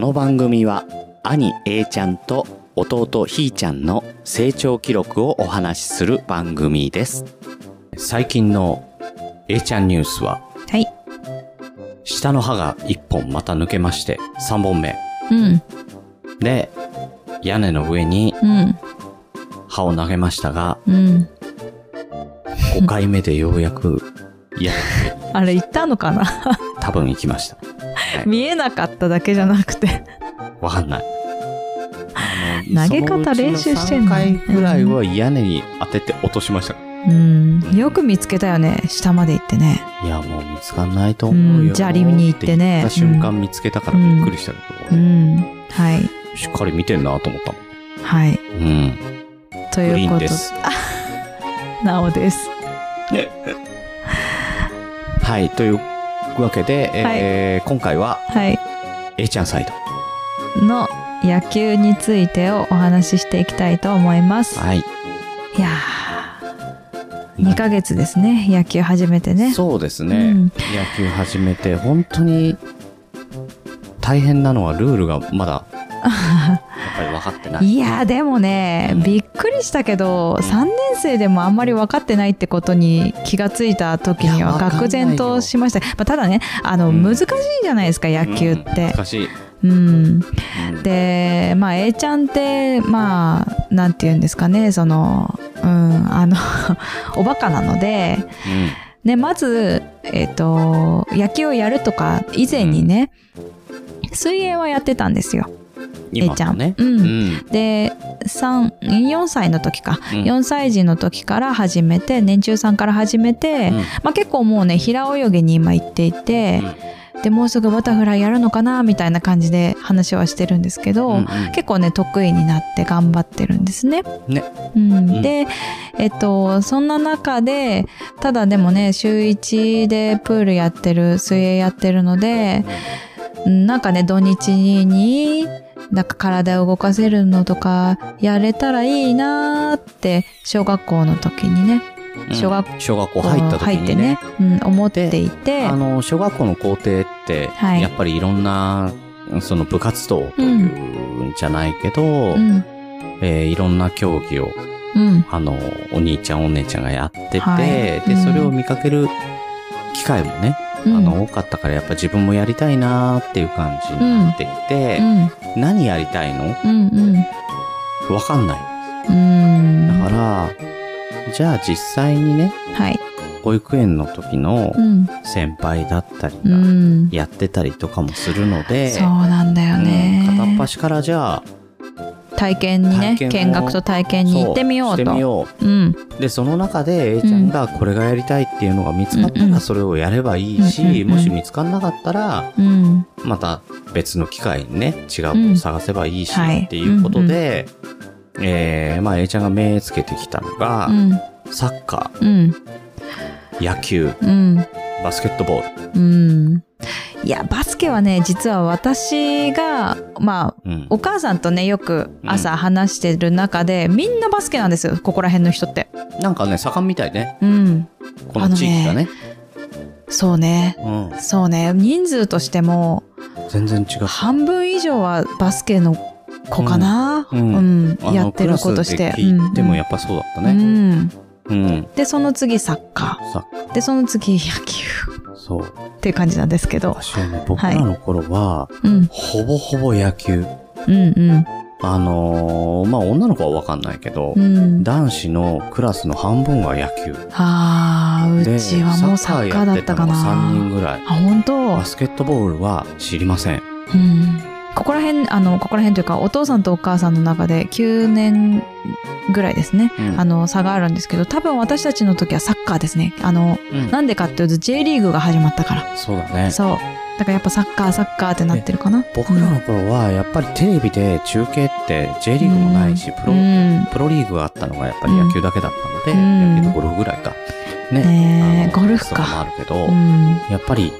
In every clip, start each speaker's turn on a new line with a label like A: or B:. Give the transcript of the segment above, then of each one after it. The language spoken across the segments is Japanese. A: の番組は兄 A ちゃんと弟ひーちゃんの成長記録をお話しする番組です最近の A ちゃんニュースは
B: はい。
A: 下の歯が1本また抜けまして3本目
B: うん。
A: で屋根の上に
B: うん。
A: 歯を投げましたが
B: うん。
A: 5回目でようやくいや
B: あれ、言ったのか な
A: 多分行きました
B: 見えなかっただけじゃなくて。
A: わかんない。
B: 投げ方練習して
A: る
B: んの
A: 回ぐらいは屋根に当てて落としました。
B: うん。よく見つけたよね。下まで行ってね。
A: いや、もう見つかんないと思う
B: う
A: よ。
B: ん砂利に行って
A: 行
B: ね
A: った瞬間見つけたからびっくりしたけ
B: う
A: ど、
B: ん。はい。
A: しっかり見てんなと思ったもん。
B: はい。
A: うん。
B: と
A: グリ
B: い
A: ーン
B: うこ
A: で
B: と。
A: す。
B: なおです。
A: はい、というわけで、えー今回は
B: はい。
A: A ちゃんサイ
B: の野球についてをお話ししていきたいと思います
A: ド。。はい。
B: いやー、2ヶ月ですね。野球始めてね。
A: そうですね、
B: うん
A: 野球始めて本当に大変なのはルールがまだやっぱり分かってない
B: いやーでもねびっくりしたけど3年生でもあんまり分かってないってことに気がついた時
A: い
B: に
A: や
B: は
A: わかんないよ
B: 愕然としました、まあ、ただねあの、
A: うん
B: 難しいじゃないですか野球っ
A: うん
B: て。
A: 難しい、
B: うん、
A: うん
B: でまあ A ちゃんってまあなんて言うんですかねその、うん、あの おバカなので、
A: うん
B: ね、まず、えっと野球をやるとか以前にね、水泳はやってたんですよ。
A: 今も
B: えいちゃん
A: ね。
B: うん
A: うん。
B: で34歳の時か、
A: うん
B: 4歳児の時から始めて年中さんから始めて、
A: うん
B: まあ、結構もうね平泳ぎに今行っていて、でもうすぐバタフライやるのかなみたいな感じで話はしてるんですけど、
A: うんうん
B: 結構ね得意になって頑張ってるんですね。
A: ね
B: うん
A: ん
B: でえっとそんな中でただでもね週1でプールやってる水泳やってるのでうんなんかね土日になんか体を動かせるのとかやれたらいいなーって小学校の時にね
A: うん
B: 小学
A: 小学校入った時にね。
B: 入ってね、うん、思っていて
A: あの、小学校の校庭って、
B: はい
A: やっぱりいろんな、その部活動というんじゃないけど、
B: うん
A: えーいろんな競技を、
B: うん
A: あの、お兄ちゃんお姉ちゃんがやってて、
B: はい
A: で、
B: うん
A: それを見かける機会もね、
B: うん
A: あの、多かったから、やっぱ自分もやりたいなーっていう感じになってきて
B: う、ん
A: 何やりたいの
B: うんうん
A: わかんない。
B: うん
A: だから、じゃあ実際にね、
B: はい
A: 保育園の時の
B: うん
A: 先輩だったり
B: う
A: が
B: ん
A: やってたりとかもするので、
B: そうなんだよね、
A: うん片っ端からじゃあ
B: 体験にね
A: 体験を
B: 見学と体験に行ってみよう
A: そ
B: と
A: してみよ
B: うん
A: うでその中で A ちゃんがこれがやりたいっていうのが見つかった
B: うんう
A: ら
B: ん
A: それをやればいいし、
B: うんうんうん
A: もし見つからなかったら
B: うん
A: また別の機会にね違うものを探せばいいし、
B: うんはい
A: っていうことで、えーまあ、A ちゃんが目つけてきたのが、
B: うん
A: サッカ
B: うん
A: ー野球
B: うん
A: バスケットボール、
B: うんいやバスケはね実は私がまあ
A: うん
B: お母さんとねよく朝話してる中で、みんなバスケなんですよここら辺の人って
A: なんかね盛んみたいね
B: うん
A: この地域がね
B: そうね
A: うん、
B: そうね人数としても
A: 全然違う
B: 半分以上はバスケの子かな、
A: う
B: うんん
A: あの
B: やってる子として
A: クラスで聞いても
B: や
A: やっぱそうだった
B: ね、
A: ね。
B: うん、
A: うん。
B: でその次サッカ
A: さ
B: ーでその次野球
A: そう。
B: っていう感じなんですけど、
A: 私はね、僕らの頃は、
B: うん、
A: ほぼほぼ野球。
B: うん
A: あのーまあ、女の子はわかんないけど
B: うんう、ん
A: 男子のクラスの半分が野球。
B: あー
A: で
B: うちはもうサッカーだったかな
A: サッカーやってたのが3人ぐらい。
B: あ本当、
A: バスケットボールは知りません。
B: うん、ここら辺あのここら辺というかお父さんとお母さんの中で9年ぐらいですね、
A: うん
B: あの差があるんですけど多分私たちの時はサッカーですねあの
A: うん
B: なんでかっていうと J リーグが始まったから
A: そうだね。
B: そう。だからやっぱサッカーサッカーってなってるかな。
A: 僕らの頃は、やっぱりテレビで中継って J リーグもないし、プ
B: う
A: ロ、
B: ん。
A: プロリーグがあったのがやっぱり野球だけだったので、
B: うん
A: 野球とゴルフぐらいか。ね。
B: ね
A: あ
B: え、
A: の
B: ゴルフ
A: そういうのも
B: か。
A: あるけど、
B: うん。
A: やっぱり、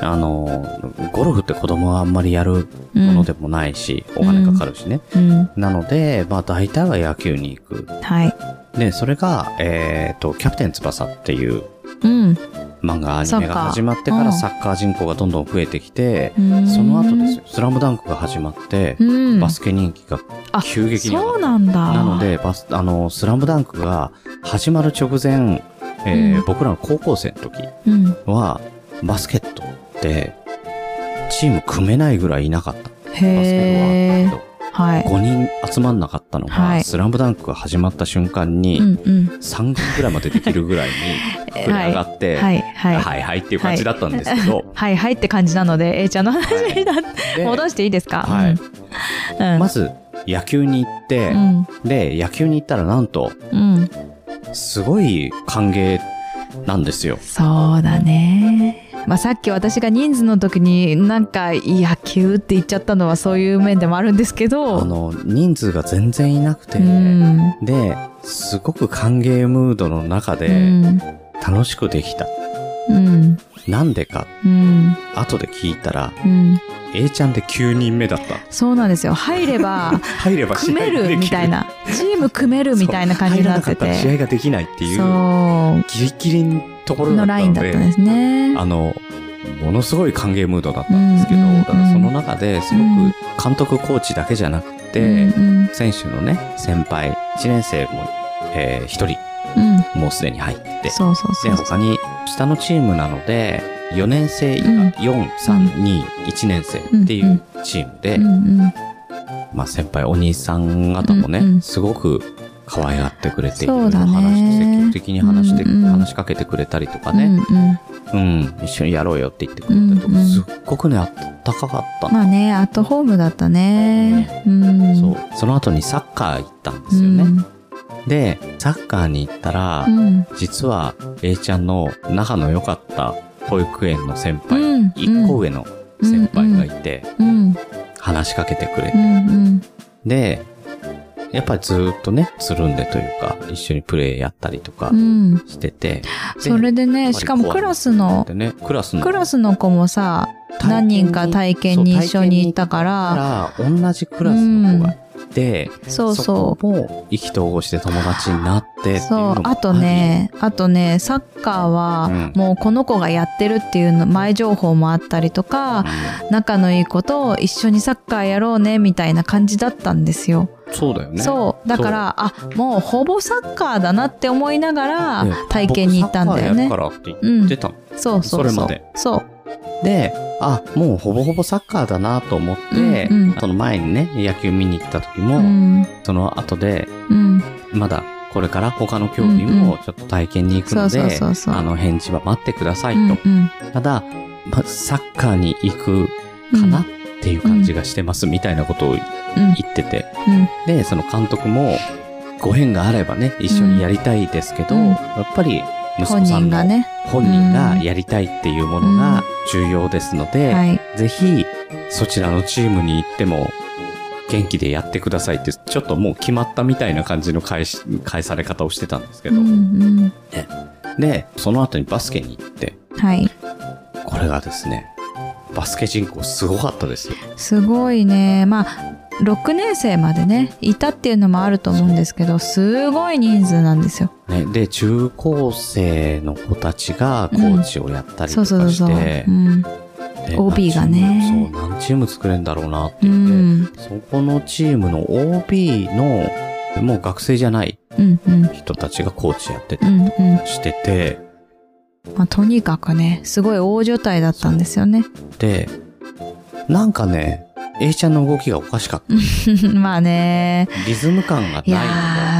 A: あの、ゴルフって子供はあんまりやる
B: う
A: もの
B: ん。
A: でもないし、お金かかるしね。
B: うん。
A: なので、まあ大体は野球に行く。
B: はい。
A: で、それが、えっ、と、キャプテン翼っていう、
B: うん。
A: 漫画アニメが始まってか
B: う
A: ら
B: ん
A: サッカー人口がどんどん増えてきて、
B: うん
A: その後ですよ、スラムダンクが始まって、
B: うん、
A: バスケ人気が
B: あ
A: 急激に上がった
B: そうなんだ
A: なので、バス、あの、スラムダンクが始まる直前、えー
B: うん
A: 僕らの高校生の時
B: うん、
A: は、バスケットって、チーム組めないぐらいいなかった。バス
B: へ
A: ケ
B: え
A: ットは。
B: はい
A: 5人集まんなかったのが、
B: はい
A: スラムダンクが始まった瞬間に、
B: うんうん
A: 3軍ぐらいまでできるぐらいに
B: え、
A: 膨れ上がって、
B: はいはい
A: はいはいっていう感じだったんですけど、
B: はいはいって感じなので A ちゃんの話になって
A: で
B: 戻していいですか
A: はい
B: うんうん
A: まず野球に行って、
B: うん
A: で、野球に行ったらなんと、
B: うん
A: すごい歓迎なんですよ。
B: そうだね。まあ、さっき私が人数の時になんか野球って言っちゃったのはそういう面でもあるんですけ
A: あ
B: ど、
A: の、人数が全然いなくて、
B: うん、
A: で、すごく歓迎ムードの中
B: う
A: で
B: ん、
A: 楽しくできた。
B: うん、
A: なんでか、
B: うん、
A: 後で聞いたら、
B: うん、
A: A ちゃんで9人目だった。
B: そうなんですよ。入れば
A: 入れば試合
B: 組
A: が
B: め
A: でき
B: るみたいな、チーム組めるみたいな感じになって
A: そう入らなかったら試合
B: て、
A: ができないっていう、
B: そ
A: ギリギリのとこ
B: う、
A: ろだ
B: の
A: っ
B: ラ
A: た
B: イ
A: の
B: ンだっ
A: で、
B: たんですね。
A: あの、ものすごい歓迎ムードだったんですけど、
B: うんうんうん
A: だからその中ですご
B: うん
A: く監督、コーチだけじゃなくて、
B: うん、
A: 選手のね、先輩、1年生も、え1人、
B: うん、
A: もうすでに入ってて、
B: そうそう
A: で、
B: そう。
A: 他に、下のチームなので、4年生以下、
B: うん
A: 4、3、2、1年生っていうチームで、
B: うんうん、
A: まあ先輩、お兄さん方もね、
B: うんうん
A: すごく可愛がってくれて、いろ
B: そ
A: いうろ
B: だね
A: 話、積極的に話して、
B: うんうん
A: 話しかけてくれたりとか
B: う
A: ね、
B: んうん、
A: うん、一緒にやろうよって言ってくれたりとか、
B: うんうん
A: すっごくね、あったかかったの。
B: まあね、アットホームだったね。うん、
A: そう。その後にサッカー行ったんですよね。で、サッカーに行ったら
B: う、ん、
A: 実は A ちゃんの仲の良かった保育園の先
B: う
A: 輩、
B: ん、
A: 一個上の先輩がいて、
B: うん、
A: 話しかけてくれ
B: う
A: て、
B: ん、うん、
A: で、やっぱりずーっとね、つるんでというか、一緒にプレイやったりとか
B: うん。
A: してて、
B: それでね、しかもクラスの
A: で、ね、クラスの
B: クラスの子もさ、何人か体験に一緒に行ったから、
A: そう体験に行ったら、同じクラスの子がいて、
B: そうそ。
A: こも意気投合して友達になってっていううのも
B: そう、
A: り
B: あと、ね、あとね、サッカー
A: う
B: は
A: ん、
B: もうこの子がやってるっていうの前情報もあったりとか、仲のいい子と一緒にサッカーやろうね、みたいな感じだったんですよ。
A: うんそうだよね。
B: そう。だから、あ、もうほぼサッカーだなって思いながら
A: ね
B: 体験に行ったんだよね
A: 僕。サッカーやるからって言ってたの
B: そうそうそ
A: そ
B: う。
A: れまで
B: そう。
A: で、あ、もうほぼほぼサッカーだなと思って、
B: うんうん
A: その前にね、野球見に行った時も、
B: うん。
A: その後で、
B: うん。
A: まだこれから他の競技
B: うんう
A: もちょっと体験に行くので、
B: そうそうそうそう
A: あの返事は待ってください
B: うん
A: と。
B: うん
A: ただ、ま、サッカーに行くかなっていう感じがしてますみたいなことを言
B: うん
A: ってて、
B: うん
A: で、その監督も、ご縁があればね、一緒にやりたいですけど、
B: うん
A: やっぱり息子
B: 本
A: さん
B: 人
A: の
B: がね。
A: 本人がやりたいっていうものが重要ですので、
B: はい。
A: ぜひ、そちらのチームに行っても、元気でやってくださいって、ちょっともう決まったみたいな感じの返し、返され方をしてたんですけ
B: う
A: ど。
B: ん
A: で、その後にバスケに行って、
B: うん。はい。
A: これがですね、バスケ人口すごかったですよ。
B: すごいね。まあ、6年生までね、いたっていうのもあると思うんですけど、すごい人数なんですよ。
A: ね、で、中高生の子たちがコーチをやったりと
B: そ
A: か
B: うそう
A: し
B: そう。
A: て
B: う、ん。
A: で
B: OB がね
A: そう、何チーム作れるんだろうなって
B: う
A: 言って、
B: ん。
A: そこのチームの OB の、もう学生じゃない
B: うんうん。
A: 人たちがコーチやって
B: う
A: たり
B: んうん。
A: してて、
B: まあ、とにかくね、すごい大所帯だったんですよね。
A: で、なんかね、A ちゃんの動きがおかしかった。
B: まあね。
A: リズム感が
B: い
A: ないので、
B: や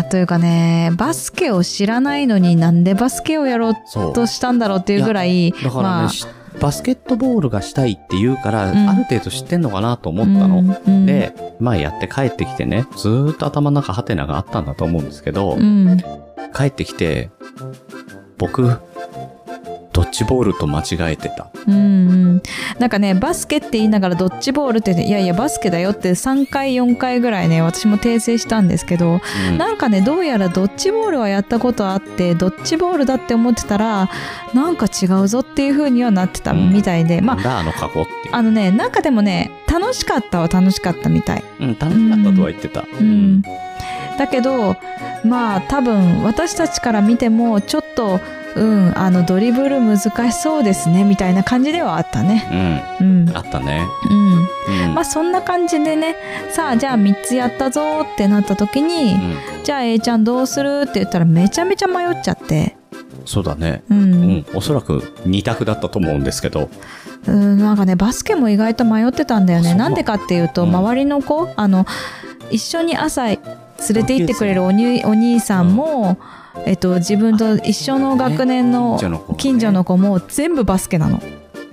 B: ーというかねバスケを知らないのになんでバスケをやろう
A: そう。
B: としたんだろうっていうぐらい
A: だからね、
B: まあ
A: しバスケットボールがしたいって言うから、
B: うん
A: ある程度知ってんのかなと思ったの。
B: うんうん、
A: で、まあやって帰ってきてね、ずーっと頭の中ハテナがあったんだと思うんですけど、
B: うん、
A: 帰ってきて、僕、ドッジボールと間違えてた。
B: うんうんなんかねバスケって言いながらドッジボールって言っていやいやバスケだよって3回4回ぐらいね私も訂正したんですけど、
A: うん
B: なんかねどうやらドッジボールはやったことあってドッジボールだって思ってたらなんか違うぞっていう風にはなってたみたいで、ま
A: な
B: あ
A: んだあの過去っていう。
B: あのねなんかでもね楽しかったは楽しかったみたい。
A: うん、楽しかったとは言ってた。う
B: うん、だけどまあ多分私たちから見てもちょっとうん、あのドリブル難しそうですねみたいな感じではあったね。
A: うん。
B: うん、
A: あったね。
B: うん、
A: うん。
B: まあそんな感じでねさあじゃあ3つやったぞーってなった時に、
A: うん
B: じゃあ A ちゃんどうするって言ったらめちゃめちゃ迷っちゃって、
A: そうだね。
B: う
A: うんん。おそらく二択だったと思うんですけど。
B: うん、なんかねバスケも意外と迷ってたんだよ
A: あ
B: ね
A: そう
B: なんでかっていうと、
A: うん
B: 周りの子あの一緒に朝連れて行ってくれるおにお兄さんも、えっと、自分と一緒の学年の
A: 近所の子もね
B: 近所の子も全部バスケなの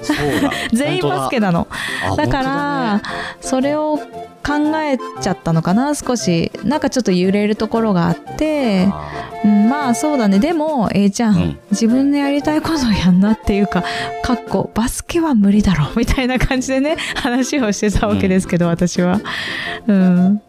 A: そうだ
B: 全員バスケなのだからそれを考えちゃったのかな少しなんかちょっと揺れるところがあってうんまあそうだねでも A ちゃん、
A: うん
B: 自分のやりたいことをやんなっていうかかっこバスケは無理だろ みたいな感じでね話をしてたわけですけど、私は。うん、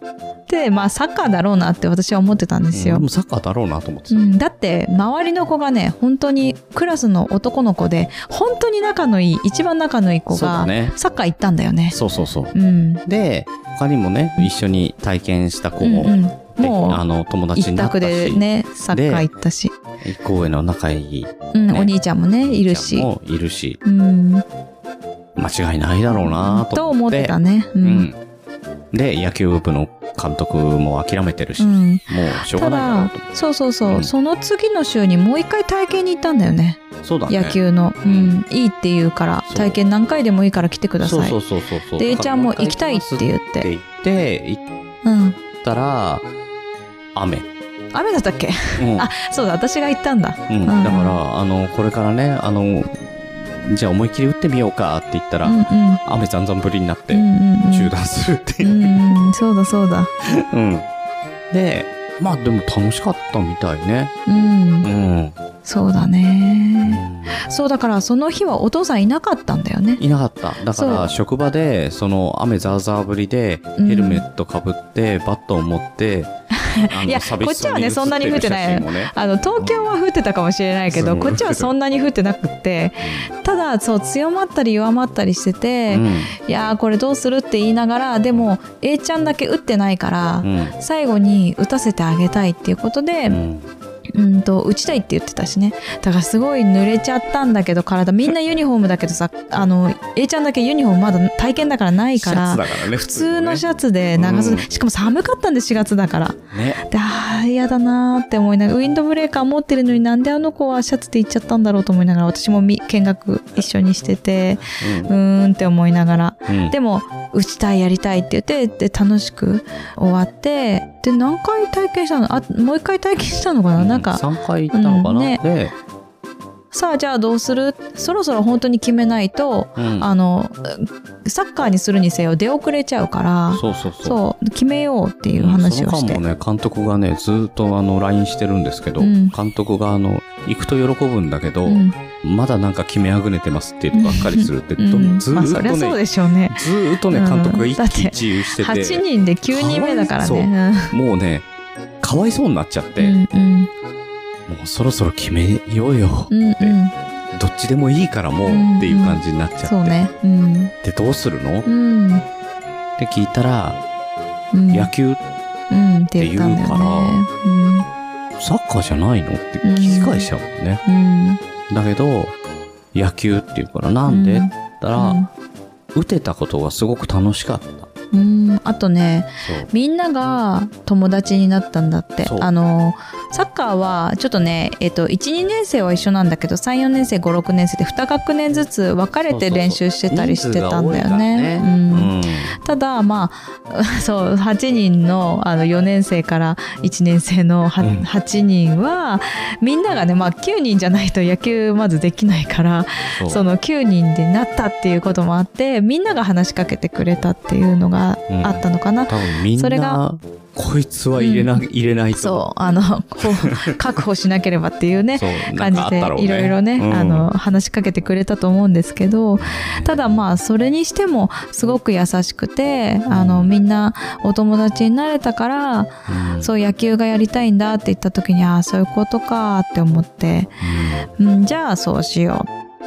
B: でまあサッカーだろうなって私は思ってたんですよ。
A: もサッカーだろうなと思って
B: う
A: た。
B: ん、だって周りの子がね本当にクラスの男の子で本当に仲のいい一番仲のいい子
A: そうだ
B: が
A: ね。
B: サッカー行ったんだよね。
A: そうそうそう。
B: うん、
A: で、他にもね、一緒に体験した子
B: うん
A: も、
B: うん
A: であ
B: もう
A: の、友達
B: 一
A: になっ
B: 択
A: た
B: で
A: し、
B: ねサッカー行ったし、
A: 一行への仲いい
B: うん
A: ね
B: お兄ちゃんもねいる
A: ちゃん
B: し。
A: もいるし、
B: うん
A: 間違いないだろうなと
B: と思
A: 思
B: っ
A: って
B: てたね。う。
A: うんん。で、野球部の監督も諦めてるし、
B: う
A: も
B: ん、
A: うしょう
B: た
A: がないだろう
B: だ
A: と思
B: そうそうそう、
A: うん
B: その次の週にもう一回体験に行ったんだよね
A: う。そうだね。
B: 野球の、
A: う
B: うんん、いいっていうから
A: そう
B: 体験何回でもいいから来てください
A: そうそうそうそうそう。
B: で A ちゃんも行きたいって言っ
A: ってて言って、行っ
B: うん
A: たら、 雨。
B: 雨だっ たっけ
A: うん
B: あそうだ私が行ったんだ
A: うん、
B: うん
A: だから、あの、これからね、あの、じゃあ思いっきり打ってみようかって言ったら、
B: うんうん
A: 雨ざんざんぶりになって、
B: うんうん
A: 中断するって
B: う
A: いう。
B: ん、うん、そうだそうだ
A: うん。で、まあでも楽しかったみたいね。
B: うん、
A: うん。
B: そうだねそうだからその日はお父さんいなかったんだよね
A: いなかった。だか
B: そ
A: ら、
B: う
A: 職場で、その雨ざーざーぶりで、
B: うん
A: ヘルメットかぶって、バットを持 って、あの
B: いや
A: 寂し
B: こっちはねそんなに降ってない
A: 写真もね
B: あの東京は降ってたかもしれないけ
A: う
B: ど
A: ん
B: こっちはそんなに降ってなくってただそう強まったり弱まったりしてて、いやーこれどうするって言いながらでも A ちゃんだけ打ってないから、
A: うん。うん。
B: 最後に打たせてあげたいっていうことで、
A: う
B: うん、
A: ん
B: と打ちたいって言ってたしねだからすごい濡れちゃったんだけど体みんなユニフォームだけどさあの A ちゃんだけユニフォームまだ体験だからない
A: シ
B: か
A: ャツ
B: ら。
A: だからね、
B: 普通のシ
A: ャ
B: ャツで長袖、
A: うん
B: しかも寒かったんで4月だから
A: ツ。ね。
B: であー嫌だなーって思いながらウィンドブレーカー持ってるのになんであの子はシャツで行っちゃったんだろうと思いながら私もみ見学一緒にしててうーんって思いながら
A: うんうん
B: でも打ちたいやりたいって言ってで楽しく終わってで何回体験したのあもう一回体験したのかな、
A: う
B: なんか
A: 3回行ったのかな、
B: うんね
A: で、
B: さあじゃあどうするそろそろ本当に決めないと
A: うん
B: あのサッカーにするにせよ出遅れちゃうからそう
A: そうそうそう
B: 決めようって
A: う
B: い
A: ん
B: う話をして、
A: その間もね監督がねずーっとあの LINE してるんですけど、
B: うん
A: 監督があの行くと喜ぶんだけど、
B: うん
A: まだなんか決めあぐねてますっていうのばっかりするって、
B: う
A: ど
B: ん
A: ず
B: まあ
A: ー
B: そ
A: っ
B: りゃ
A: とね、
B: そうでしょうね
A: ずーっとね
B: うん
A: 監督が一
B: だっ
A: 喜
B: て
A: 一憂してて
B: 8人で9人目だからね
A: もうねかわいそうになっちゃって、
B: うんうん
A: もうそろそろ決めようよ、
B: うんうん
A: どっちでもいいからもう、
B: うん
A: っていう感じになっちゃって、
B: そうねうん
A: でどうするの、っ
B: うん
A: て聞いたら、
B: うん
A: 野球
B: うんって言ったんだよねうん
A: サッカーじゃないのって聞き返しちゃうもんね、
B: うん
A: だけど、野球っていうからなんで、
B: う
A: っ
B: ん
A: て言ったら、打てたことがすごく楽しかった。
B: うんうんあとね
A: そう。
B: みんなが友達になったんだって
A: そう
B: あのサッカーはちょっとね、えっと12年生は一緒なんだけど34年生56年生で2学年ずつ分かれて練習してたりしてたんだよ
A: 人数が多いか
B: ね。
A: ら
B: うん
A: うん。
B: ただまあ そう8人のあの4年生から1年生のは
A: うん
B: 8人はみんながね、まあ、9人じゃないと野球まずできないから
A: そう。
B: その9人になったっていうこともあってみんなが話しかけてくれたっていうのがあったのかな。
A: 多分みん
B: それが
A: な、こいつは入れな、
B: うん
A: 入れないと。
B: そうあのこ う確保しなければっていうね
A: そう。なん
B: 感じ
A: かあっ
B: で
A: たろうね。
B: いろいろね、
A: うん
B: あの、話しかけてくれたと思うんですけどただまあそれにしてもすごく優しくてあのみんなお友達になれたから
A: うん
B: そう野球がやりたいんだって言った時にああそういうことかって思って、
A: う
B: うん、じゃあそうしよ
A: ん。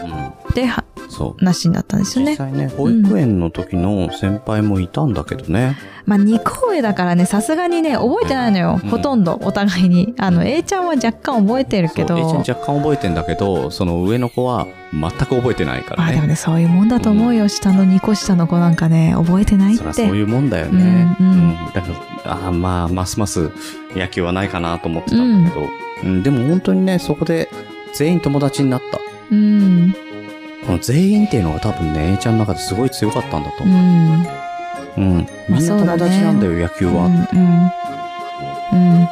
A: うん
B: うっでは
A: そう。
B: なしになったんですよ
A: 実
B: ね。
A: 際ね、保育園の時の先輩もいたんだけどね。
B: まあ、2個上だからね、さすがにね、覚えてないのよ。
A: うん
B: ほとんど、お互いに。あの、A ちゃんは若干覚えてるけど。
A: そう A ちゃん若干覚えてんだけど、その上の子は全く覚えてないから
B: まあでも
A: ね。
B: ね、そういうもんだと思うよ。下の2個下の子なんかね、覚えてないっ
A: そりゃそう
B: て。
A: いうもんだよね。
B: うんうん
A: だから、あーまあ、ますます野球はないかなと思ってたんだけど、うんでも本当にね、そこで全員友達になった。
B: うん。
A: この全員っていうのが多分ね、A ちゃんの中ですごい強かったんだと
B: う
A: 思う。
B: ん。
A: うん。みんな
B: そうだ
A: 友
B: ね
A: 達なんだよ、野球 は。
B: うんうん、うん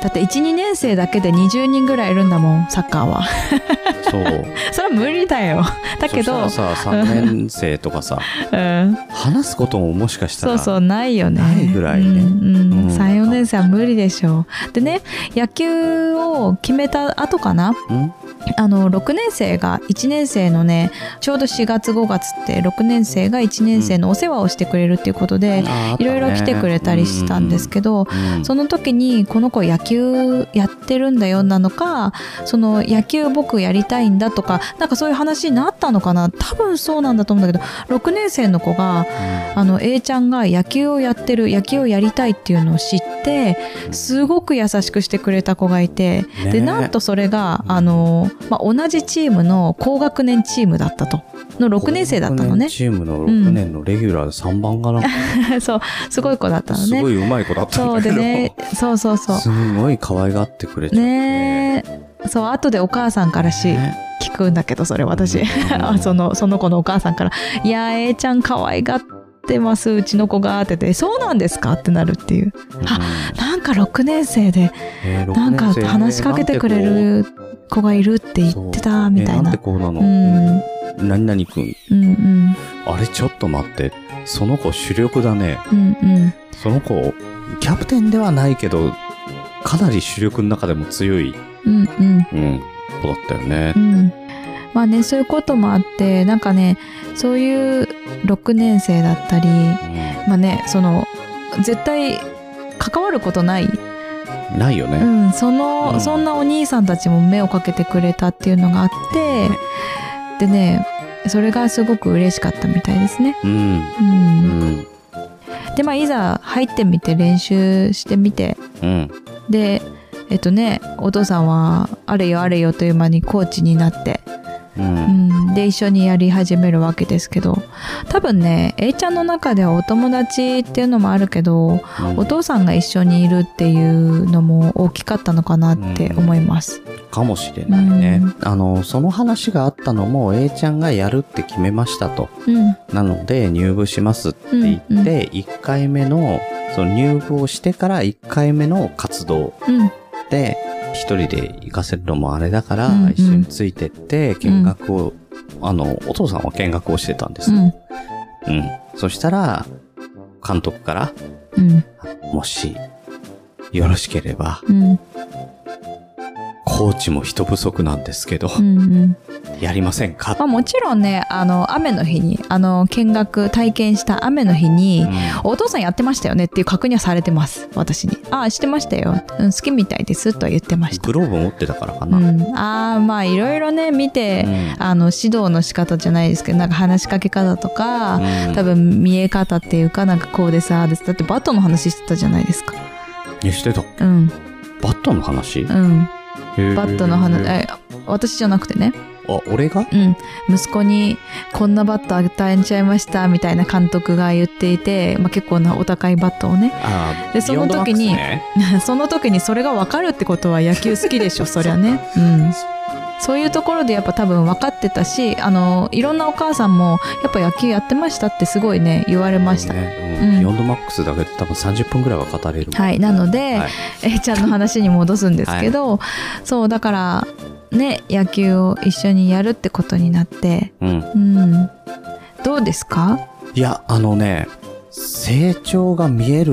B: だって12年生だけで20人ぐらいいるんだもんサッカーは
A: そう。
B: それは無理だよだけ
A: そ
B: ど
A: した らさ、3年生とかさ、
B: うん、
A: 話すことももしかした
B: そ
A: ら。
B: うそうないよね
A: ないぐらいね
B: うんうん
A: うん
B: 34年生は無理でしょうでね野球を決めた後かな
A: うん
B: あの6年生が1年生のねちょうど4月5月って6年生が1年生のお世話をしてくれるっていうことで、
A: あ
B: いろいろ来てくれたりしたんですけど、
A: ど、うん
B: その時にこの子野球やってるんだよなのかその野球僕やりたいんだとかなんかそういう話になったのかな多分そうなんだと思うんだけど6年生の子があの A ちゃんが野球をやってる野球をやりたいっていうのを知ってすごく優しくしてくれた子がいて、
A: ね
B: でなんとそれが
A: うん
B: あの、まあ、同じチームの高学年チームだったと。の6年生だったのね
A: チームの6年のレギュラーで3番かな、
B: そうすごい子だったの
A: すご
B: ね
A: い上手い子だったん
B: そう
A: だけ
B: で
A: ど、
B: ねそうそうそう
A: すごい可愛がってくれちゃって。
B: ねえそう後でお母さんからし
A: ね
B: 聞くんだけどそれ私
A: うん
B: あそのその子のお母さんから「いやー A ちゃん可愛がってますうちの子が」って言って「そうなんですか?」ってなるっていう
A: うん
B: なんか6年生で
A: えー六
B: なんか
A: 年生で
B: 話しかけてくれる子がいるって言ってたみたい
A: なん
B: な
A: て。こうえーなんでこうなの、
B: うん
A: 何々くん
B: うんうん
A: あれちょっと待ってその子主力だね
B: うんうん
A: その子キャプテンではないけどかなり主力の中でも強い、
B: うんうん
A: うん、子だったよね
B: う、んまあねそういうこともあってなんかねそういう6年生だったり
A: う
B: まあねその絶対関わることない、
A: んないよ
B: う
A: ね、
B: ん、その、
A: うん
B: そんなお兄さんたちも目をかけてくれたっていうのがあってでねそれがすごく嬉しかったみたいですね。
A: うん
B: う、
A: うんん
B: でまあいざ入ってみて練習してみて
A: うん
B: でえっとねお父さんはあれよあれよという間にコーチになって、
A: う
B: うんん、で一緒にやり始めるわけですけど多分ね A ちゃんの中ではお友達っていうのもあるけどお父さんが一緒にいるっていうのも大きかったのかなって思います。
A: かもしれないね、あのその話があったのも A ちゃんがやるって決めましたと
B: うん、
A: なので入部しますって言って、
B: うんうん
A: 1回目のその入部をしてから1回目の活動
B: うん、
A: で一人で行かせるのもあれだから、
B: うんうん
A: 一緒についてって見学を、あのお父さんは見学をしてたんです、
B: う
A: うん
B: ん、
A: そしたら監督から
B: うん、
A: もしよろしければ
B: うん、
A: コーチも人不足なんですけど、
B: うん、うん。
A: やりませんか
B: まあもちろんね、あの、雨の日に、あの、見学、体験した雨の日に、お父さんやってましたよねっていう確認はされてます、私に。ああ、してましたよ。うん、好きみたいですとは言ってました。
A: グローブ持ってたからか
B: う
A: な。
B: ん、ああ、まあいろいろね、見て、あの、指導の仕方じゃないですけど、なんか話しかけ方とか、
A: 分
B: 多分見え方っていうかなんかこうでさですだってバットの話してたじゃないですか
A: してた。
B: うん
A: バットの話
B: うん
A: バ
B: バットの話え私じゃなくてね
A: あ、俺が
B: うん息子にこんなバット与えちゃいましたみたいな監督が言っていて、まあ、結構なお高いバットをね
A: あ
B: でその時
A: ビ
B: に
A: ヨンドマック
B: その時にそれが分かるってことは野球好きでしょそりゃねうんそういうところでやっぱ多分分かってたしあのいろんなお母さんもやっぱ野球やってましたってすごいね言われまし
A: ス
B: た、
A: ね。ね
B: う
A: うんんビヨンドマックスだけで多分30分ぐらいは語れる。
B: はいなので、
A: はい
B: A ちゃんの話に戻すんですけど、そうだからね野球を一緒にやるってことになって
A: うん。
B: うんどうですか
A: いや、あのね、成長が見える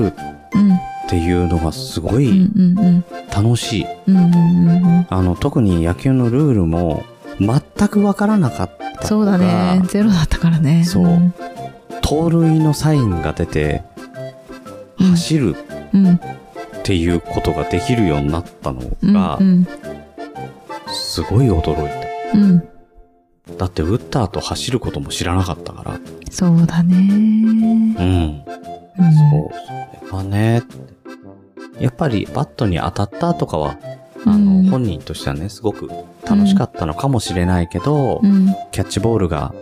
B: うん
A: っていうのがすご
B: うん
A: い
B: うんうん
A: 楽しい。
B: うんうんうんうん
A: あの、特に野球のルールも全くわからなかったとか。
B: そうだねゼロだったからね
A: そうん盗塁のサインが出て、
B: うん
A: 走る
B: うん
A: っていうことができるようになったの
B: うん
A: が
B: う、ん
A: すごい驚いた。
B: うん
A: だって打った後走ることも知らなかったから。
B: そうだね。
A: うん。
B: うん
A: そう。それはね、やっぱりバットに当たったとかは、あの、
B: うん
A: 本人としてはね、すごく楽しかったのかもしれないけど、
B: うん。
A: キャッチボールが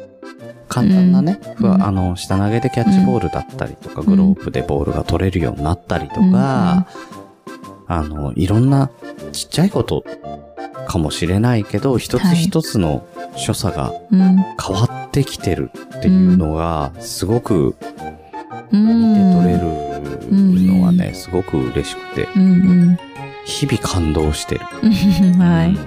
A: 簡単なね、ふ
B: うん
A: わあの、下投げでキャッチボールだったりとか、
B: ん
A: グローブでボールが取れるようになったりとか、あの、いろんなちっちゃいことかもしれないけど、一
B: は
A: つ
B: い
A: 一つの所作が
B: うん。
A: 変わってきてるっていうのが、すごく
B: うん。
A: 見て取れるのが
B: う
A: ね、すごく嬉しくて、
B: うん
A: 日々感動してる。
B: うん。 は
A: うん
B: い。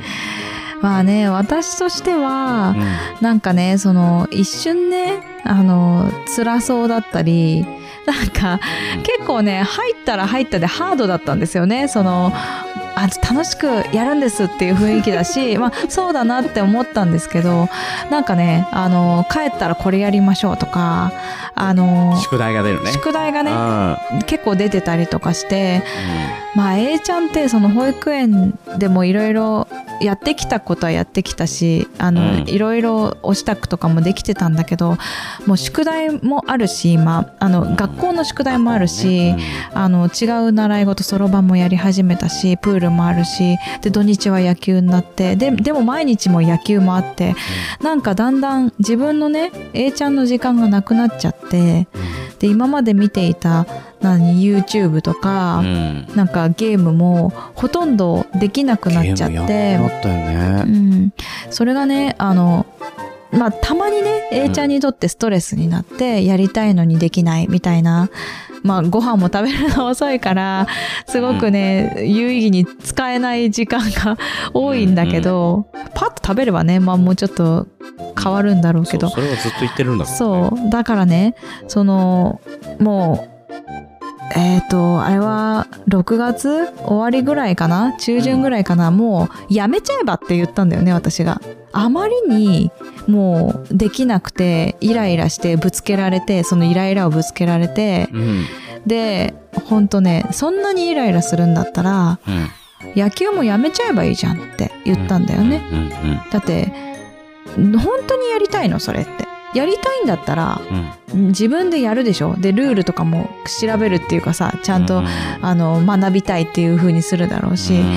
B: まあね、私としては、
A: う
B: なんかね、その、一瞬ね、あの、辛そうだったり、なんか
A: うん、
B: 結構ね、入ったら入ったでハードだったんですよね。その、あ楽しくやるんですっていう雰囲気 だし、まあ、そうだなって思ったんですけど、なんかね、あの、帰ったらこれやりましょうとか、あの
A: ん、宿題が出るね。
B: 宿題が
A: 題
B: ね、結構出てたりとかして、
A: ね。
B: まあ A ちゃんってその保育園でもいろいろやってきたことはやってきたしあ
A: うん
B: のいろいろお支度とかもできてたんだけどもう宿題もあるし今あ
A: うん
B: の学校の宿題もあるし
A: うん。
B: あの違う習い事そろばんもやり始めたしプールもあるしで土日は野球になってででも毎日も野球もあってなんかだんだん自分のね A ちゃんの時間がなくなっちゃってで今まで見ていた何 YouTube とか。
A: うん
B: なんかゲームもほとんどできなくなっちゃ
A: ゲームや
B: っ
A: んな
B: て
A: く、なったよ
B: う
A: ね。
B: ん、それがねあのまあたまにね A ちゃんにとってストレスになってやりたいのにできないみたいな。まあ、ご飯も食べるの遅いからすごくね、有意義に使えない時間が多いんだけど、パッと食べればね、まあ、もうちょっと変わるんだろうけど
A: そうそれはずっと言ってるんだけどね。
B: そうだからねそのもうえっ、とあれは6月終わりぐらいかな中旬ぐらいかな、もうやめちゃえばって言ったんだよね私があまりにもうできなくてイライラしてぶつけられてそのイライラをぶつけられて
A: うん。うん。
B: でほんとねそんなにイライラするんだったら野球もやめちゃえばいいじゃんって言ったんだよね、
A: うん。
B: だって本当にやりたいのそれってやりたいんだったら
A: うん。うん
B: 自分でやるでしょでルールとかも調べるっていうかさちゃんと、
A: う
B: あの学びたいっていう風にするだろうし、
A: うん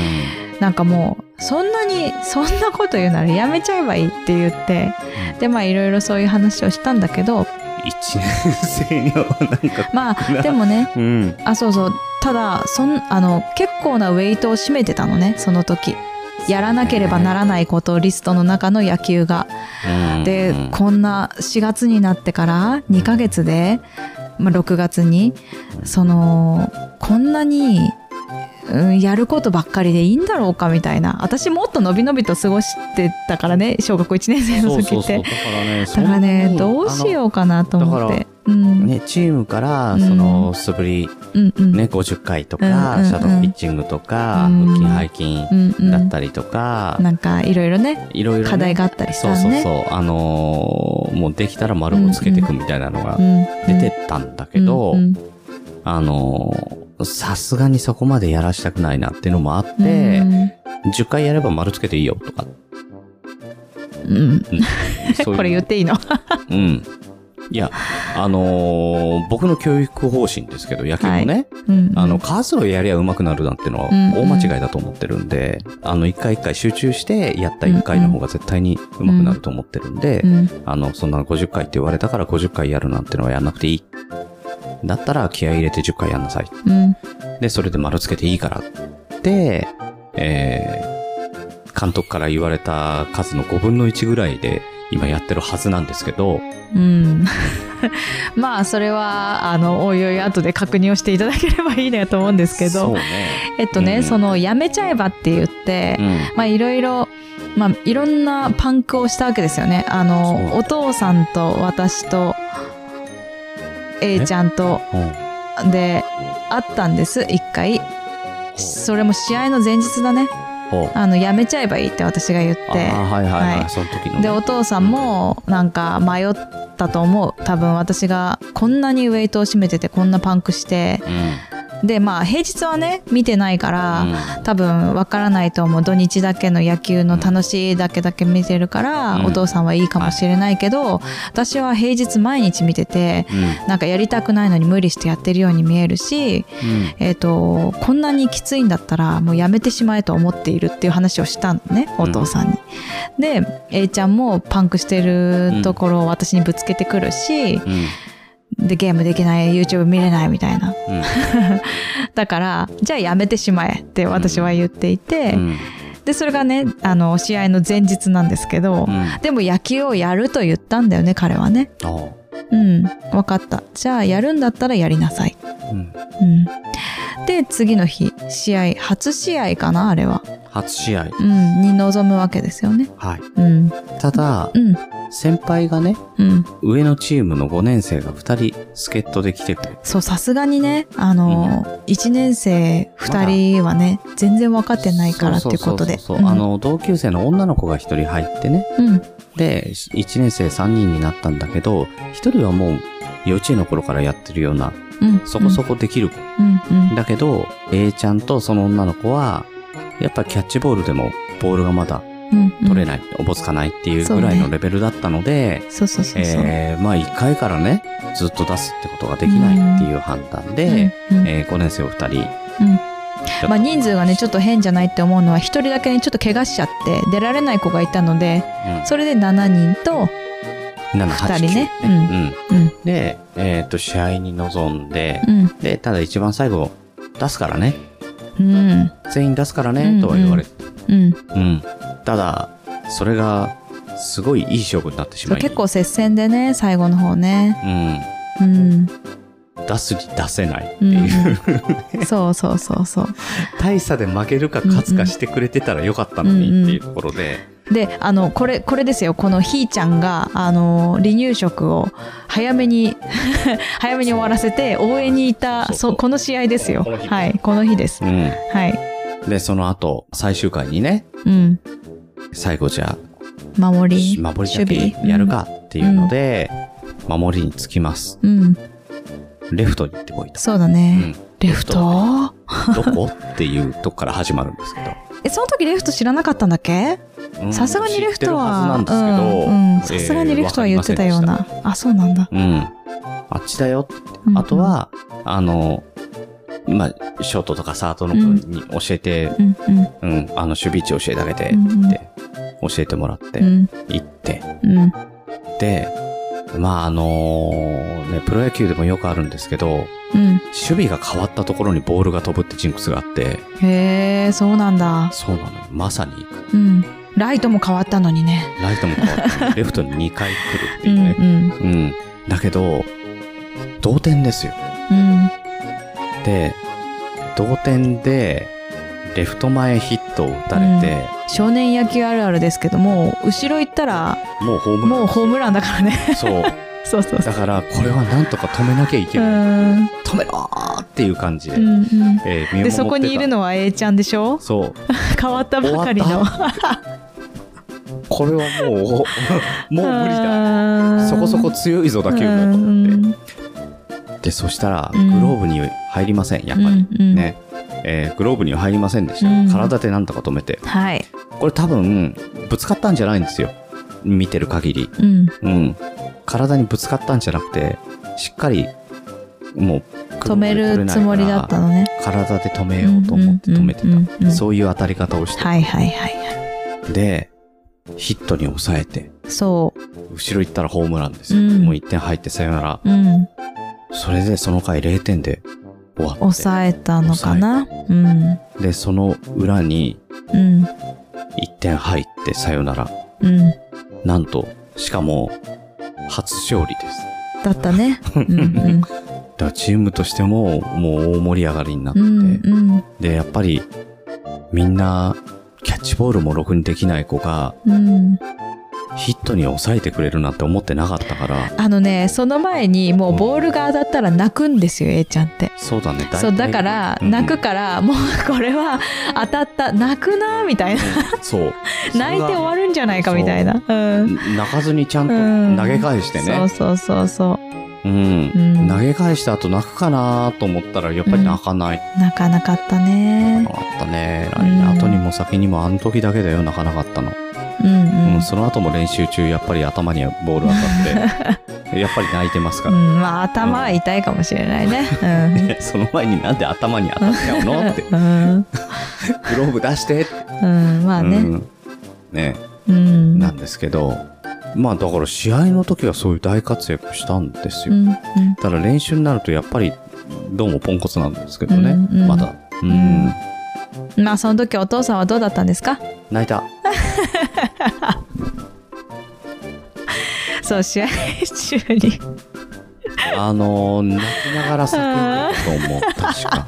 B: なんかもうそんなにそんなこと言うならやめちゃえばいいって言ってでまあいろいろそういう話をしたんだけど
A: 一年生にはなんか。
B: ま あでもね
A: うん。
B: あそうそうただそんあの結構なウェイトを占めてたのねその時やらなければならないことリストの中の野球がで、
A: うん
B: こんな4月になってから2ヶ月で、まあ、6月にそのこんなに、うん、やることばっかりでいいんだろうかみたいな私もっと伸び伸びと過ごしてたからね小学校1年生の
A: そう
B: 時
A: そう
B: っ
A: そう。だ
B: て
A: からね、
B: だから
A: そんな
B: ね
A: に
B: どうしようかなと思って。
A: あの
B: ね
A: ね、チームから、
B: うん
A: その、素振り、
B: うんうん
A: ね、50回と
B: うんうん
A: か、
B: うん
A: シャドーピッチングとか、
B: うん
A: 腹筋、背
B: うんう
A: 筋だっ
B: ん
A: たりとか、
B: なんかいろいろね
A: いろいろね。
B: 課題があったりした
A: そ
B: の
A: う
B: ね
A: そうそう。あのーもうできたら丸をつけていくみたいなのが
B: うん
A: 出てったんだけど、
B: うん
A: あのーさすがにそこまでやらしたくないなっていうのもあっ
B: うん
A: て、10回やれば丸つけていいよと か、
B: うんうん
A: そういう。
B: これ言ってい いの
A: うん。いや、あのー僕の教育方針ですけど、野球もね、
B: うん
A: あの、数をやりゃ上手くなるなんてのは
B: うん
A: 大間違いだと思ってるんで、あの、一回一回集中してやった一回の方が絶対に上手くなると思ってるんで
B: う、ん
A: あの、そんな50回って言われたから50回やるなんてのはやんなくていい。だったら気合い入れて10回やんなさい。
B: うん
A: で、それで丸つけていいからって、えー、監督から言われた数の5分の1ぐらいで今やってるはずなんですけど、
B: うん まあそれはあのおいおい後で確認をしていただければいいなと思うんですけ
A: そう
B: ど、
A: ね。
B: えっと
A: う
B: ね、
A: ん
B: そのやめちゃえばって言って
A: う、ん。
B: まあいろいろまあいろんなパンクをしたわけですよね。あ
A: そう
B: のお父さんと私と A ちゃんと
A: うん
B: であったんです一回。それも試合の前日だね。
A: ほう
B: あのやめちゃえばいいって私が言っ
A: あ
B: て。
A: ーはいはいはい、
B: はい
A: その時のね。
B: でお父さんもなんか迷ったと思う多分私がこんなにウェイトを占めててこんなパンクして
A: うん。
B: でまあ平日はね見てないから、多分わからないと思う土日だけの野球の楽しいだけだけ見てるから、
A: うん
B: お父さんはいいかもしれないけど、私は平日毎日見てて
A: うん
B: なんかやりたくないのに無理してやってるように見えるし、
A: うん
B: えー、とこんなにきついんだったらもうやめてしまえと思っているっていう話をしたのねお父さんに。で A ちゃんもパンクしてるところを私にぶつけてくるし、
A: うん
B: でゲームできない YouTube 見れないみたいな
A: うん
B: だからじゃあやめてしまえって私は言っていて、
A: うん
B: でそれがねあの試合の前日なんですけど、
A: うん
B: でも野球をやると言ったんだよね彼はね
A: おう
B: うん分かったじゃあやるんだったらやりなさい、
A: うん
B: うん、で次の日試合初試合かなあれは、
A: 初試合
B: うん、に臨むわけですよね
A: はい
B: うん
A: ただ
B: うん
A: 先輩がね
B: うん
A: 上のチームの5年生が2人助っ人で来てくれて
B: そうさすがにねあの、一1年生2人はね全然分かってないからっていうことで
A: そうそうそうそうあの同級生の女の子が1人入ってね
B: うんうん
A: で1年生3人になったんだけど1人はもう幼稚園の頃からやってるような
B: うん
A: そこそこできる子、
B: うんうん
A: だけど A ちゃんとその女の子はやっぱキャッチボールでもボールがまだ
B: うんうん
A: 取れない、おぼつかないっていうぐらいのレベルだったので、
B: そうそうそうそう、
A: えーまあ1回からねずっと出すってことができないっていう判断で、
B: うんうん
A: えー5年生を2人
B: うんまあ、人数がねちょっと変じゃないって思うのは1人だけねちょっと怪我しちゃって出られない子がいたのでそれで7人と
A: 789
B: 2人ねう
A: うんん、
B: うん
A: で、えっと試合に臨んで、
B: うん
A: でただ一番最後出すからね
B: うん
A: 全員出すからね、
B: うん
A: とは言われて
B: うん
A: うんただそれがすごいいい勝負になってし
B: そ
A: ま
B: う
A: い
B: 結構接戦でね最後の方ね
A: うん
B: うん
A: 出すに出せないって
B: う
A: い
B: ん
A: う、
B: そうそうそうそう
A: 大差で負けるか勝つかしてくれてたらよかったのにっていうところで、
B: であのこれこれですよこのひーちゃんがあの離乳食を早めに 早めに終わらせて応援にい
A: そう
B: た
A: そう
B: そうこの試合ですよ
A: この日
B: はいこの日です
A: うん
B: はい
A: でその後最終回にね
B: うん
A: 最後じゃあ
B: 守
A: 守
B: り
A: りだ
B: 守
A: け
B: 備
A: やるかっていうので、守りにつきます
B: うん
A: レフトに行ってこいと、
B: そうだ
A: う
B: ね
A: ん、
B: レフ
A: レ
B: ト
A: どこっていうとこから始まるんですけど
B: えその時レフト知らなかったんだっけ
A: うん
B: さすがにレフト
A: 知
B: は
A: ってるはずなんですけど、
B: う
A: え
B: んうん
A: ー
B: さすがにレフトは言ってたよう
A: わか
B: な、あそうなんだ、
A: りませんでしたうんあっちだよ
B: うん
A: あとは、あの、まあ、ショートとかサードの子に教えて、
B: うんうん
A: うん、あの、守備位置教えてあげて、
B: うんうん
A: って、教えてもらって、
B: うん
A: 行って、
B: うん
A: で、まあ、あのね、プロ野球でもよくあるんですけど、
B: うん
A: 守備が変わったところにボールが飛ぶってジンクスがあって、
B: へえそうなんだ
A: そうなのよ。まさに、
B: うんライトも変わったのにね
A: ライトも変わって、レフトに2回来るって
B: う
A: いうん
B: う
A: ね。
B: ん
A: うん。だけど、同点ですよ。
B: うん
A: で、同点で、レフト前ヒットを打たれて、
B: 少年野球あるあるですけども後ろ行ったら
A: もうホームラン。
B: もうホームランだからね
A: そう。
B: そうそうそ
A: だ
B: う
A: から、これはなんとか止めなきゃいけ
B: う
A: ない。
B: ん
A: 止めろーっていう感じで、
B: うんう
A: え
B: ん
A: ー身を守ってた
B: でそこにいるのは A ちゃんでし ょ
A: そう。
B: 変わった
A: 終
B: ば
A: わ
B: か
A: っ
B: りの
A: た。これはもう、 もう無理だ。
B: だ
A: そこそこ強いぞ、打球も。と思ってで、そしたら、グ
B: うん
A: ローブに入りません、やっぱり。ね。えーグローブには入りませんでし
B: うん
A: た。体でなんとか止めて。
B: はい。
A: これ多分、ぶつかったんじゃないんですよ。見てる限り。
B: うん。
A: うん。体にぶつかったんじゃなくて、しっかり、もう、
B: 止めるつもりだった
A: の。
B: のね。
A: 体で止めようと思って止めて
B: うんうんうんうんう
A: た。
B: ん
A: そういう当たり方をして。
B: はいはいはい。
A: で、ヒットに抑えて、
B: そ
A: 後ろ行ったらホームランですよ。
B: うん
A: もう1点入ってさよなら。
B: う。うん。
A: それでその回0点で終わって。
B: 抑えたのかな。うん。
A: で、その裏に
B: うん。
A: 1点入ってさよなら。
B: うん。
A: なんと、しかも、初勝利です。
B: だった ね。うん
A: だからチームとしても、もう大盛り上がりになっ
B: う
A: て、
B: ん。うん
A: で、やっぱり、みんな、キャッチボールもろくにできない子が、
B: うん。うん。
A: ヒットに抑えてくれるなんて思ってなかったから、
B: あのね、その前にもうボールが当たったら泣くんですよ、A ちゃんって。
A: そうだね、大体
B: そうだから
A: うん
B: 泣くからもうこれは当たった泣くなみたいな
A: そう。
B: 泣いて終わるんじゃないかみたいなう
A: それ
B: ん
A: が泣かずにちゃんと
B: うん
A: 投げ返してね。
B: そうそうそうそう
A: うん
B: う。ん、
A: 投げ返した後泣くかなと思ったら、やっぱり泣かない。
B: 泣かなかったね
A: な。かったね。
B: うん
A: 後にも先にもあの時だけだよ、泣かなかったの。
B: うん
A: うん、
B: うん。
A: その後も練習中、やっぱり頭にはボール当た って、やっぱり泣いてます
B: う
A: から。
B: ん、まあ頭は痛いかもしれないね。
A: いや その前になんで頭に当たっちゃう のって、グ
B: うん。うん。
A: ローブ出してって、
B: うん、まあ
A: う
B: ね。
A: んね、
B: うん。
A: なんですけど、まあだから試合の時はそういう大活躍したんです
B: う
A: よ。
B: ん。
A: ただ練習になるとやっぱり、どうもポンコツなんですけどね、
B: うんうん
A: まだ。うん、
B: うん。まあその時お父さんはどうだったんですか
A: 泣いた。
B: そう、試合中に。
A: あのー、泣きながら叫んでると思う、確か。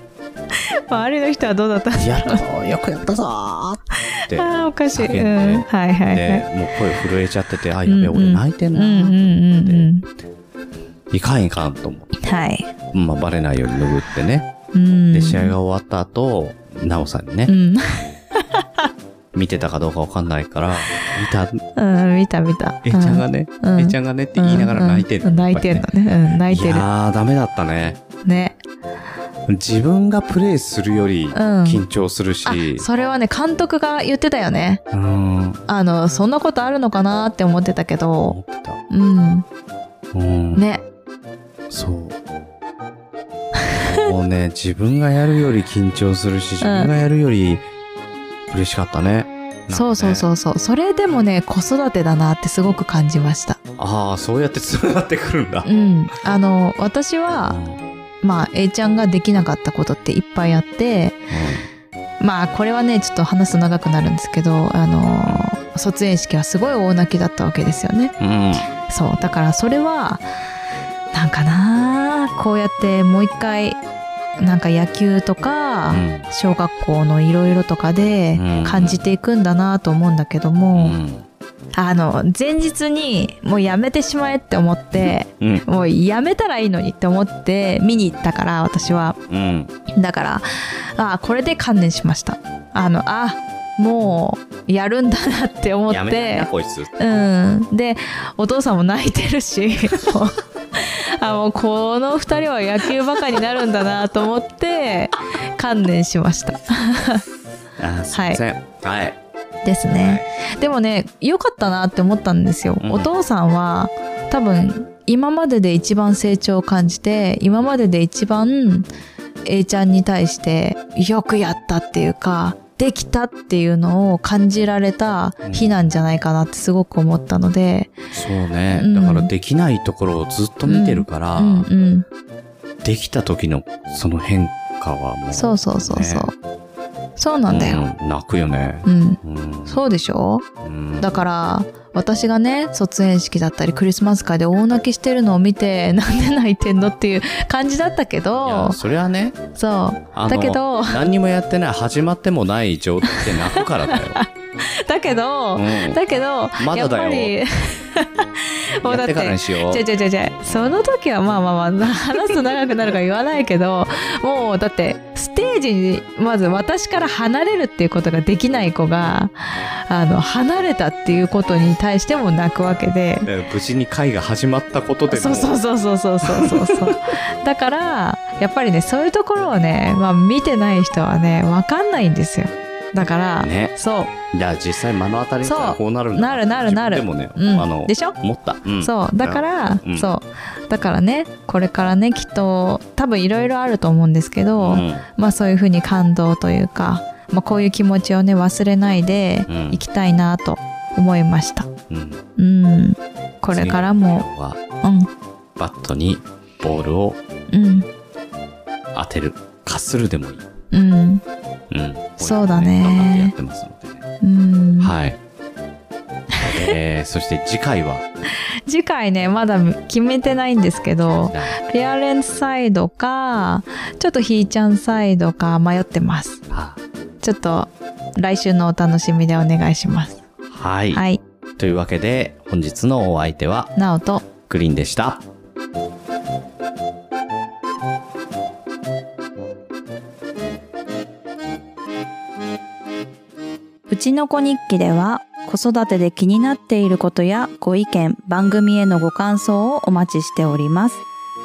B: 周りの人はどう だったんです
A: やったぞよくやったぞーって。
B: かああ、おかしい。
A: 叫んで
B: うん。はいはいはい。
A: で、もう声震えちゃってて、あ、やべえ、
B: うんうん
A: 俺泣いてん
B: う
A: な
B: んう
A: ー
B: んうんうん。
A: いかんいかんと思って。
B: はい。
A: まあ、バレないように拭ってね。
B: うん。
A: で、試合が終わった後、ナオさんにね
B: う、ん。
A: 見てたかどうかわかんないから、見た、
B: うん、 見た見た。
A: えちゃんがね、
B: うん
A: えちゃんがねって言いながら泣いてる、
B: うんうん泣いてん
A: やっぱ
B: のね。うん、泣い
A: りね
B: て
A: い
B: る。
A: やー、ダメだったね。
B: ね。
A: 自分がプレイするより緊張するし、
B: あ、それはね、監督が言ってたよね。
A: うん、思
B: あの、そんなことあるのかなって思ってたけど、
A: ってた。
B: うん。
A: うん、
B: ね。
A: そう。もうね、 自分がやるより緊張するし、自分がやるより嬉しかったね。なんかね
B: そうそうそうそう。それでもね、子育てだなってすごく感じました。
A: ああ、そうやって繋がってくるんだ
B: う。ん。あの、私は、まあ、A ちゃんができなかったことっていっぱいあって、まあ、これはね、ちょっと話すと長くなるんですけど、あの、卒園式はすごい大泣きだったわけですよね。
A: うん。うん。
B: そう。だからそれは、なんかなあこうやってもう一回、なんか野球とか、
A: うん
B: 小学校のいろいろとかで
A: うん
B: 感じていくんだなと思うんだけど
A: う
B: も、
A: ん。
B: あの、前日にもうやめてしまえって思って、
A: うん。
B: もうやめたらいいのにって思って見に行ったから、私は。
A: うん。
B: だから、ああ、これで観念しました。あの、あ、もうやるんだなって思って。
A: やめたいな、こいつ。
B: うん、でお父さんも泣いてるし もうあもうこの2人は野球バカになるんだなと思って観念しました
A: あーすいません。はい。
B: ですねでもね良かったなって思ったんですよ、
A: うん
B: お父さんは多分今までで一番成長を感じて今までで一番 A ちゃんに対してよくやったっていうかできたっていうのを感じられた日なんじゃないかなってすごく思ったので、
A: そうね
B: う。ん
A: だから、できないところをずっと見てるから、
B: うんうん、
A: できた時のその変化はもう。
B: そうそうそうそう。そうなんだよ。
A: うん泣くよね。
B: うん。
A: うん。
B: そうでしょ
A: うん。
B: だから、私がね、卒園式だったり、クリスマス会で大泣きしてるのを見て、なんで泣いてんのっていう感じだったけ
A: いや
B: ど、
A: それはね、
B: そう。
A: あの
B: だけど、
A: 何にもやってない、始まってもない状態で泣くからだ よ。
B: だけど、
A: うん
B: だけど、
A: ま
B: や
A: だ
B: っぱ
A: だ
B: り
A: よ、
B: もう
A: や
B: だ
A: っ
B: って
A: てからに
B: じ
A: しよう。
B: ゃじゃじゃじゃその時はまあまあまあ、話すと長くなるから言わないけど、もうだって、ステージに、まず私から離れるっていうことができない子が、あの、離れたっていうことに対しても泣くわけで、
A: だから無事に会が始まったことでも
B: そうそうそうそうそうそうそうそうだからやっぱりねそういうところをね、まあ、見てない人はねわかんないんですよだから、
A: ね
B: そ
A: いや実際目の当たりにしたら
B: そう
A: こうなるんだ
B: なるなるなる
A: 自分でも
B: う、う
A: ね、
B: ん、
A: あの
B: でしょ、
A: 思った、うん
B: そうだから、
A: うん
B: そうだからねこれからねきっと多分いろいろあると思うんですけど、
A: うん
B: まあそういうふうに感動というか、まあ、こういう気持ちをね忘れないで
A: うん
B: いきたいなと思いました
A: うん
B: うんこれからも
A: 次の目標は
B: う
A: バットにボールを
B: んうん
A: 当てるかするでもいい、
B: うん
A: うん、
B: そうだね
A: 頑張ってやってますのでね、
B: うん
A: はい、えー、そして次回は
B: 次回ねまだ決めてないんですけど
A: あ
B: ペアレンツサイドかちょっとひーちゃんサイドか迷ってますちょっと来週のお楽しみでお願いします
A: はい、
B: はい
A: というわけで本日のお相手は
B: なおと
A: グリーンでした
C: うちの子日記では
B: 子育てで気になっていることやご意見、番組へのご感想をお待ちしております。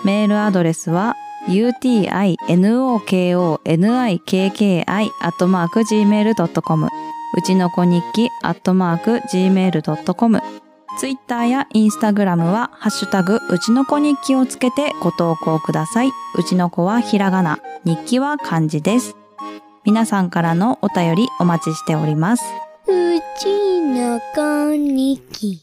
B: メールアドレスは utinokonikki.gmail.com うちの子日記 .gmail.com ツイッターやインスタグラムはハッシュタグうちの子日記をつけてご投稿ください。うちの子はひらがな、日記は漢字です。皆さんからのお便りお待ちしております。
D: うちの子にき。